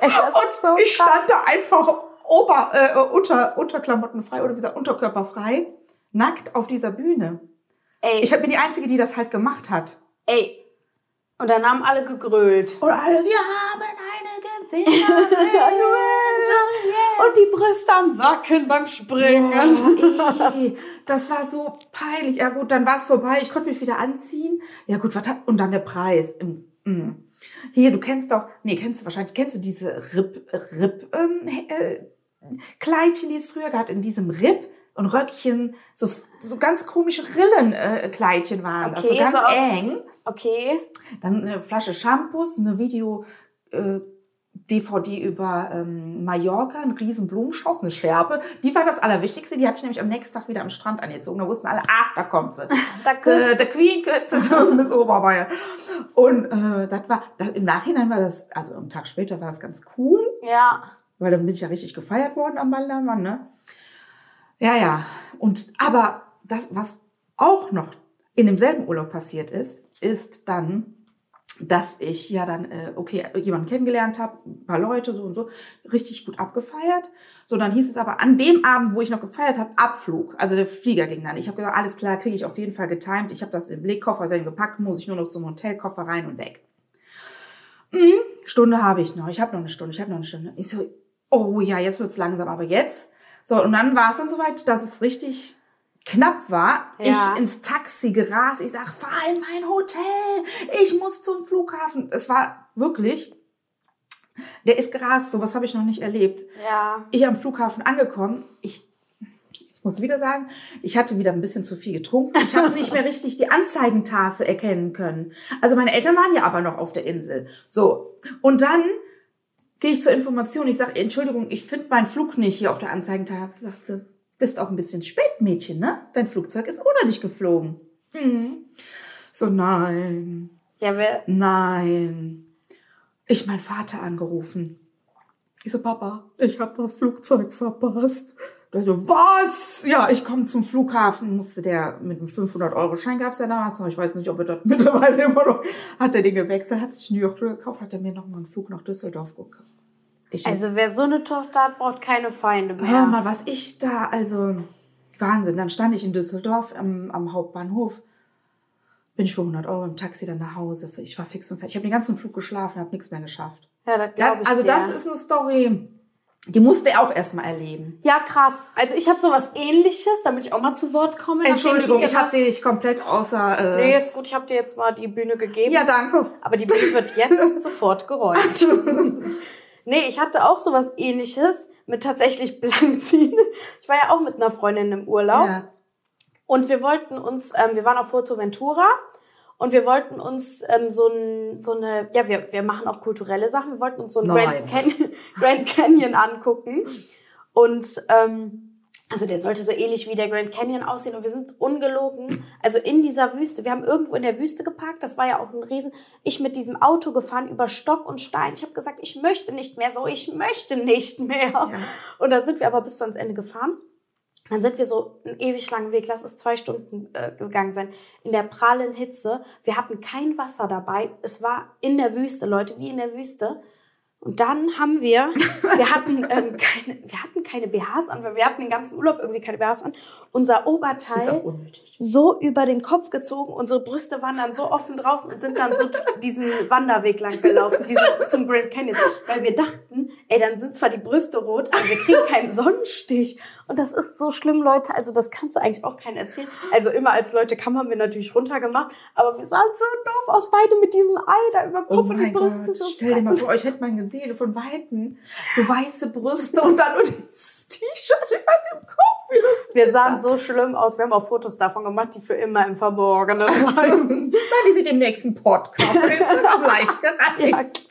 Speaker 1: Ey, das ist
Speaker 2: Und
Speaker 1: so
Speaker 2: ich
Speaker 1: krass.
Speaker 2: stand da einfach Ober, äh, unter, Unterklamotten frei oder wie gesagt, Unterkörper frei, nackt auf dieser Bühne.
Speaker 1: Ey.
Speaker 2: Ich hab- bin die Einzige, die das halt gemacht hat.
Speaker 1: Ey. Und dann haben alle gegrölt.
Speaker 2: Und alle, wir haben eine *laughs* Gewinnerin.
Speaker 1: Und die Brüste am Wacken beim Springen. *laughs*
Speaker 2: Ey, das war so peinlich. Ja gut, dann war es vorbei. Ich konnte mich wieder anziehen. Ja gut, was hat, und dann der Preis. Mm, mm. Hier, du kennst doch, nee, kennst du wahrscheinlich, kennst du diese Ripp, Ripp, ähm, äh, Kleidchen, die es früher gab, in diesem Ripp und Röckchen, so, so ganz komische Rillen, äh, Kleidchen waren das, so ganz
Speaker 1: so aus-
Speaker 2: eng.
Speaker 1: Okay.
Speaker 2: Dann eine Flasche Shampoos, eine Video äh, DVD über ähm, Mallorca, einen riesen Blumenstrauß, eine Schärpe. Die war das Allerwichtigste. Die hatte ich nämlich am nächsten Tag wieder am Strand angezogen. Da wussten alle, ah, da kommt sie.
Speaker 1: *laughs* Da kommt-
Speaker 2: Äh, der Queen könnte so *laughs* das Oberbayern. Und äh, das war, das, im Nachhinein war das, also am Tag später war das ganz cool,
Speaker 1: Ja.
Speaker 2: weil dann bin ich ja richtig gefeiert worden am Ballermann, ne? Ja, ja. Und aber das, was auch noch in demselben Urlaub passiert ist, ist dann, dass ich ja dann, äh, okay, jemanden kennengelernt habe, ein paar Leute, so und so, richtig gut abgefeiert. So, dann hieß es aber an dem Abend, wo ich noch gefeiert habe, Abflug. Also der Flieger ging dann. Ich habe gesagt, alles klar, kriege ich auf jeden Fall getimt. Ich habe das im Blick, Koffer sind gepackt, muss ich nur noch zum Hotel, Koffer rein und weg. Mhm, Stunde habe ich noch, ich habe noch eine Stunde, ich habe noch eine Stunde. Ich so, oh ja, jetzt wird's langsam, aber jetzt. So, und dann war es dann soweit, dass es richtig knapp war.
Speaker 1: Ja.
Speaker 2: Ich ins Taxi gerast. Ich sag, fahr in mein Hotel. Ich muss zum Flughafen. Es war wirklich, der ist gerast. Sowas habe ich noch nicht erlebt.
Speaker 1: Ja.
Speaker 2: Ich am Flughafen angekommen. Ich, ich muss wieder sagen, ich hatte wieder ein bisschen zu viel getrunken. Ich habe nicht mehr richtig die Anzeigentafel erkennen können. Also meine Eltern waren ja aber noch auf der Insel. So. Und dann gehe ich zur Information. Ich sage, Entschuldigung, ich finde meinen Flug nicht hier auf der Anzeigentafel. Sagt sie, bist auch ein bisschen spät, Mädchen, ne? Dein Flugzeug ist ohne dich geflogen. Mhm. So, nein,
Speaker 1: Ja, wer,
Speaker 2: nein. Ich mein Vater angerufen. Ich so, Papa, ich habe das Flugzeug verpasst. Der so, was? Ja, ich komme zum Flughafen. Musste der mit einem 500-Euro-Schein gab's ja damals noch. Ich weiß nicht, ob er das *laughs* mittlerweile immer noch... Hat er den gewechselt, hat sich New York gekauft, hat er mir noch mal einen Flug nach Düsseldorf gekauft. Ich
Speaker 1: also wer so eine Tochter hat, braucht keine Feinde mehr.
Speaker 2: Hör mal, was ich da, also Wahnsinn. Dann stand ich in Düsseldorf am, am Hauptbahnhof. Bin ich für 100 Euro im Taxi dann nach Hause. Ich war fix und fertig. Ich habe den ganzen Flug geschlafen, habe nichts mehr geschafft.
Speaker 1: Ja, das
Speaker 2: Das,
Speaker 1: glaube ich
Speaker 2: also
Speaker 1: dir.
Speaker 2: das ist eine Story, die musste er auch erstmal erleben.
Speaker 1: Ja, krass. Also ich habe sowas ähnliches, damit ich auch mal zu Wort komme. nachdem
Speaker 2: Entschuldigung, ich
Speaker 1: ihre-
Speaker 2: habe dich komplett außer... Äh,
Speaker 1: Nee, ist gut, ich habe dir jetzt mal die Bühne gegeben.
Speaker 2: Ja, danke.
Speaker 1: Aber die Bühne wird
Speaker 2: *laughs*
Speaker 1: jetzt sofort geräumt. nee, ich hatte auch sowas ähnliches mit tatsächlich Blankziehen. Ich war ja auch mit einer Freundin im Urlaub.
Speaker 2: Ja.
Speaker 1: Und wir wollten uns, ähm, wir waren auf Fuerteventura und wir wollten uns ähm, so, ein, so eine, ja, wir, wir machen auch kulturelle Sachen, wir wollten uns so ein
Speaker 2: Nein.
Speaker 1: Grand, Can *laughs* Grand Canyon angucken. Und ähm, also der sollte so ähnlich wie der Grand Canyon aussehen. Und wir sind ungelogen, also in dieser Wüste. Wir haben irgendwo in der Wüste geparkt, das war ja auch ein Riesen. Ich mit diesem Auto gefahren über Stock und Stein. Ich habe gesagt, ich möchte nicht mehr so, ich möchte nicht mehr. Und dann sind wir aber bis ans Ende gefahren. Dann sind wir so einen ewig langen Weg, lass es zwei Stunden äh, gegangen sein, in der prallen Hitze. Wir hatten kein Wasser dabei. Es war in der Wüste, Leute, wie in der Wüste. Und dann haben
Speaker 2: *laughs*
Speaker 1: wir, wir hatten, ähm, keine, wir hatten keine BHs an, weil wir hatten den ganzen Urlaub irgendwie keine BHs an. unser Oberteil
Speaker 2: Ist auch unnötig.
Speaker 1: so über den Kopf gezogen, unsere Brüste waren dann so offen draußen und sind dann so diesen Wanderweg lang gelaufen, diesen, zum Grand Canyon, weil wir dachten, ey, dann sind zwar die Brüste rot, aber wir kriegen keinen Sonnenstich. Und das ist so schlimm, Leute, also das kannst du eigentlich auch keinen erzählen. Also immer als Leute kamen, haben wir natürlich runtergemacht, aber wir sahen so doof aus, beide mit diesem Ei da über dem Kopf
Speaker 2: Oh
Speaker 1: und die
Speaker 2: mein Gott,
Speaker 1: Brüste so
Speaker 2: stell dir mal vor, euch hätte man gesehen von Weitem so weiße Brüste und dann nur dieses T-Shirt über dem Kopf. Wie lustig
Speaker 1: Wir
Speaker 2: ist
Speaker 1: sahen
Speaker 2: das?
Speaker 1: so schlimm aus. Wir haben auch Fotos davon gemacht, die für immer im Verborgenen bleiben.
Speaker 2: Nein, die sieht im nächsten *laughs* Podcast. Die sind auch leicht
Speaker 1: Ja.
Speaker 2: gereinigt.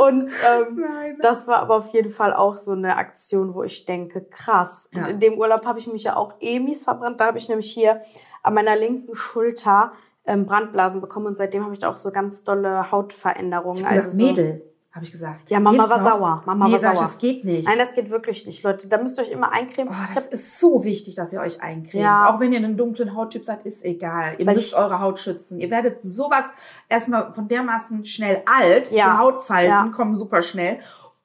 Speaker 1: Und ähm,
Speaker 2: Nein.
Speaker 1: das war aber auf jeden Fall auch so eine Aktion, wo ich denke, krass.
Speaker 2: Ja.
Speaker 1: Und in dem Urlaub habe ich mich ja auch eh mies verbrannt. Da habe ich nämlich hier an meiner linken Schulter ähm, Brandblasen bekommen und seitdem habe ich da auch so ganz dolle Hautveränderungen.
Speaker 2: Ich hab gesagt,
Speaker 1: so,
Speaker 2: Mädel, habe ich gesagt.
Speaker 1: Also Ja, Mama
Speaker 2: Geht's
Speaker 1: war
Speaker 2: noch?
Speaker 1: sauer. Mama
Speaker 2: nee,
Speaker 1: war
Speaker 2: sag ich,
Speaker 1: sauer.
Speaker 2: das geht nicht.
Speaker 1: Nein, das geht wirklich nicht, Leute. Da müsst ihr euch immer eincremen.
Speaker 2: Oh,
Speaker 1: ich
Speaker 2: das
Speaker 1: hab,
Speaker 2: ist so wichtig, dass ihr euch eincremt.
Speaker 1: Ja.
Speaker 2: Auch wenn ihr einen dunklen Hauttyp seid, ist egal. Ihr
Speaker 1: Weil
Speaker 2: müsst
Speaker 1: ich-
Speaker 2: eure Haut schützen. Ihr werdet sowas erstmal von dermaßen schnell alt.
Speaker 1: Ja.
Speaker 2: Die Hautfalten
Speaker 1: Ja.
Speaker 2: kommen super schnell.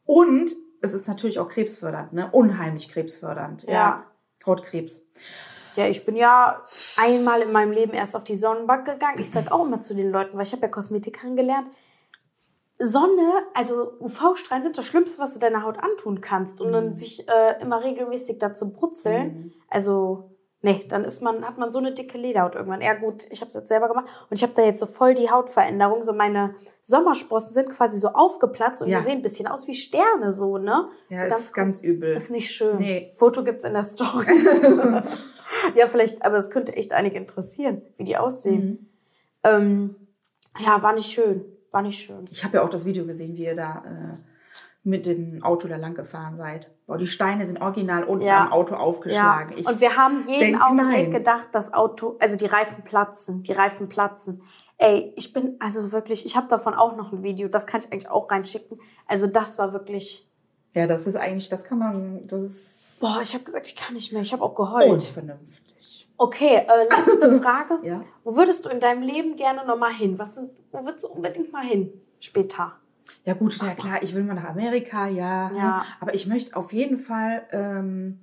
Speaker 2: Und es ist natürlich auch krebsfördernd, ne? Unheimlich krebsfördernd.
Speaker 1: Ja.
Speaker 2: Hautkrebs.
Speaker 1: ja, ich bin ja einmal in meinem Leben erst auf die Sonnenbank gegangen. Ich sag auch immer zu den Leuten, weil ich habe ja Kosmetikerin gelernt, Sonne, also UV-Strahlen sind das Schlimmste, was du deiner Haut antun kannst. Und
Speaker 2: Mhm.
Speaker 1: dann sich äh, immer regelmäßig dazu brutzeln. Also, nee, dann ist man, hat man so eine dicke Lederhaut irgendwann. Ja gut, ich habe es jetzt selber gemacht. Und ich habe da jetzt so voll die Hautveränderung. So meine Sommersprossen sind quasi so aufgeplatzt und
Speaker 2: Ja.
Speaker 1: die sehen ein bisschen aus wie Sterne so, ne?
Speaker 2: Ja,
Speaker 1: so
Speaker 2: ist ganz übel.
Speaker 1: Ist nicht schön.
Speaker 2: Nee.
Speaker 1: Foto gibt's in der
Speaker 2: *laughs*
Speaker 1: Story. ja, vielleicht, aber es könnte echt einige interessieren, wie die
Speaker 2: Mhm.
Speaker 1: aussehen. Ähm, ja, war nicht schön. War nicht schön.
Speaker 2: Ich habe ja auch das Video gesehen, wie ihr da äh, mit dem Auto da lang gefahren seid. Boah, die Steine sind original unten
Speaker 1: Ja.
Speaker 2: am Auto aufgeschlagen.
Speaker 1: Ja.
Speaker 2: Ich
Speaker 1: und wir haben jeden
Speaker 2: denk,
Speaker 1: Augenblick
Speaker 2: nein.
Speaker 1: gedacht, das Auto, also die Reifen platzen, die Reifen platzen. Ey, ich bin, also wirklich, ich habe davon auch noch ein Video, das kann ich eigentlich auch reinschicken. Also das war wirklich,
Speaker 2: Ja, das ist eigentlich, das kann man, das ist
Speaker 1: boah, ich habe gesagt, ich kann nicht mehr, ich habe auch geheult.
Speaker 2: Oh, unvernünftig.
Speaker 1: Okay, äh,
Speaker 2: *laughs*
Speaker 1: letzte Frage.
Speaker 2: Ja.
Speaker 1: Wo würdest du in deinem Leben gerne nochmal hin? Was sind, wo würdest du unbedingt mal hin später?
Speaker 2: Ja gut, ja klar, ich will mal nach Amerika, ja. hm.
Speaker 1: Ja.
Speaker 2: Aber ich möchte auf jeden Fall ähm,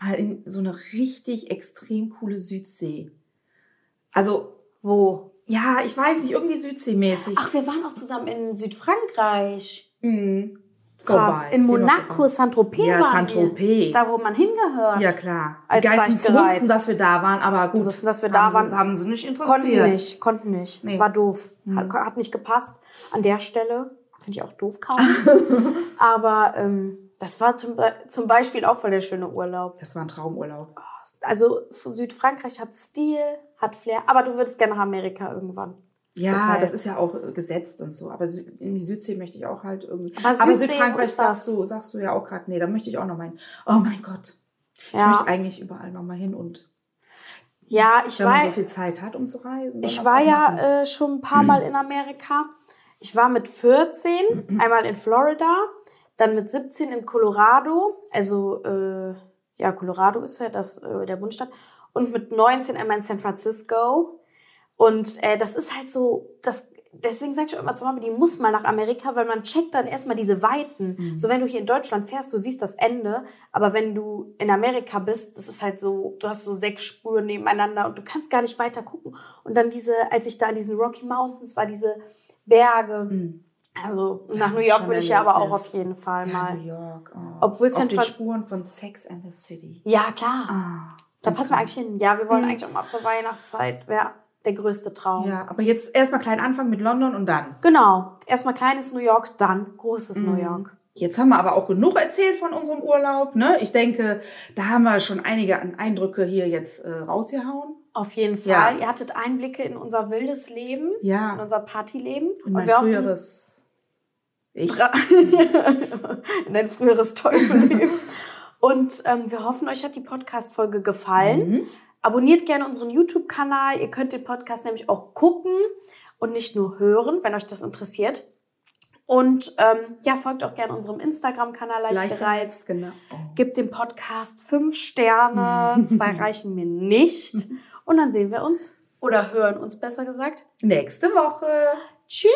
Speaker 2: mal in so eine richtig extrem coole Südsee. Also,
Speaker 1: Wo?
Speaker 2: ja, ich weiß nicht, irgendwie Südseemäßig.
Speaker 1: Ach, wir waren auch zusammen in Südfrankreich.
Speaker 2: Mhm.
Speaker 1: Krass.
Speaker 2: Vorbei.
Speaker 1: In
Speaker 2: Thema
Speaker 1: Monaco,
Speaker 2: vorbei.
Speaker 1: Saint-Tropez
Speaker 2: Ja,
Speaker 1: waren wir.
Speaker 2: Saint-Tropez.
Speaker 1: Da, wo man hingehört.
Speaker 2: Ja, klar. Die
Speaker 1: Als
Speaker 2: Geistens
Speaker 1: Schweichgereiz.
Speaker 2: wussten, dass wir da waren, aber gut.
Speaker 1: Wussten, dass wir
Speaker 2: haben
Speaker 1: da waren.
Speaker 2: Sie, haben sie nicht interessiert.
Speaker 1: Konnten nicht, konnten nicht.
Speaker 2: Nee. Mhm.
Speaker 1: War doof. Hat, hat nicht gepasst. An der Stelle finde ich auch doof
Speaker 2: *laughs*
Speaker 1: kaum. Aber ähm, das war zum, Be- zum Beispiel auch voll der schöne Urlaub.
Speaker 2: Das war ein Traumurlaub.
Speaker 1: Also für Südfrankreich hat Stil, hat Flair. Aber du würdest gerne nach Amerika irgendwann. Das
Speaker 2: Ja,
Speaker 1: war
Speaker 2: das
Speaker 1: jetzt-
Speaker 2: ist ja auch äh, gesetzt und so. Aber Sü- in die Südsee möchte ich auch halt irgendwie.
Speaker 1: Aber
Speaker 2: Aber,
Speaker 1: Südsee, wo
Speaker 2: Südfrankreich
Speaker 1: ist das?
Speaker 2: sagst du, sagst du ja auch gerade, nee, da möchte ich auch noch mal hin. Oh mein Gott.
Speaker 1: Ja.
Speaker 2: Ich möchte eigentlich überall noch mal hin und
Speaker 1: Ja, ich
Speaker 2: wenn man so
Speaker 1: weiß.
Speaker 2: viel Zeit hat, um zu reisen. soll
Speaker 1: Ich
Speaker 2: man's
Speaker 1: war
Speaker 2: auch machen.
Speaker 1: ja äh, schon ein paar Mal in Amerika. Ich war mit
Speaker 2: *clears throat*
Speaker 1: 14 einmal in Florida, dann mit 17 in Colorado. Also, äh, ja, Colorado ist ja das, äh, der Bundesstaat. Und mit 19 einmal in San Francisco. Und äh, das ist halt so, das, deswegen sage ich auch immer zu Mama, die muss mal nach Amerika, weil man checkt dann erstmal diese Weiten.
Speaker 2: Mhm.
Speaker 1: So, wenn du hier in Deutschland fährst, du siehst das Ende, aber wenn du in Amerika bist, das ist halt so, du hast so sechs Spuren nebeneinander und du kannst gar nicht weiter gucken. Und dann diese, als ich da in diesen Rocky Mountains war, diese Berge. Also nach
Speaker 2: Mhm. Ah, ist
Speaker 1: New York
Speaker 2: schon
Speaker 1: will ich ja aber auch
Speaker 2: Erlebnis.
Speaker 1: auf jeden Fall
Speaker 2: ja,
Speaker 1: mal.
Speaker 2: New York. Oh.
Speaker 1: Obwohl
Speaker 2: auf
Speaker 1: San
Speaker 2: den
Speaker 1: Fran-
Speaker 2: Spuren von Sex and the City.
Speaker 1: Ja, klar.
Speaker 2: Ah,
Speaker 1: da passen wir eigentlich hin. Ja, wir wollen eigentlich auch mal zur Weihnachtszeit. Wäre der größte Traum.
Speaker 2: Mhm. Ja, aber jetzt erstmal klein anfangen mit London und dann.
Speaker 1: Genau. Erstmal kleines New York, dann großes
Speaker 2: Mhm.
Speaker 1: New York.
Speaker 2: Jetzt haben wir aber auch genug erzählt von unserem Urlaub. Ne? Ich denke, da haben wir schon einige an Eindrücke hier jetzt äh, rausgehauen.
Speaker 1: Auf jeden
Speaker 2: Ja.
Speaker 1: Fall. Ihr hattet Einblicke in unser wildes Leben,
Speaker 2: Ja.
Speaker 1: in unser Partyleben.
Speaker 2: Und mein
Speaker 1: wir hoffen- *laughs*
Speaker 2: früheres Ich.
Speaker 1: in ein früheres Teufelleben. Und ähm, wir hoffen, euch hat die Podcast-Folge gefallen.
Speaker 2: Mhm.
Speaker 1: Abonniert gerne unseren YouTube-Kanal. Ihr könnt den Podcast nämlich auch gucken und nicht nur hören, wenn euch das interessiert. Und ähm, ja, folgt auch gerne unserem Instagram-Kanal leicht,
Speaker 2: Leicht
Speaker 1: gereizt.
Speaker 2: gereizt, genau.
Speaker 1: Gebt dem Podcast fünf Sterne. Zwei reichen mir nicht. Und dann sehen wir uns oder hören uns besser gesagt.
Speaker 2: Nächste Woche. Tschüss.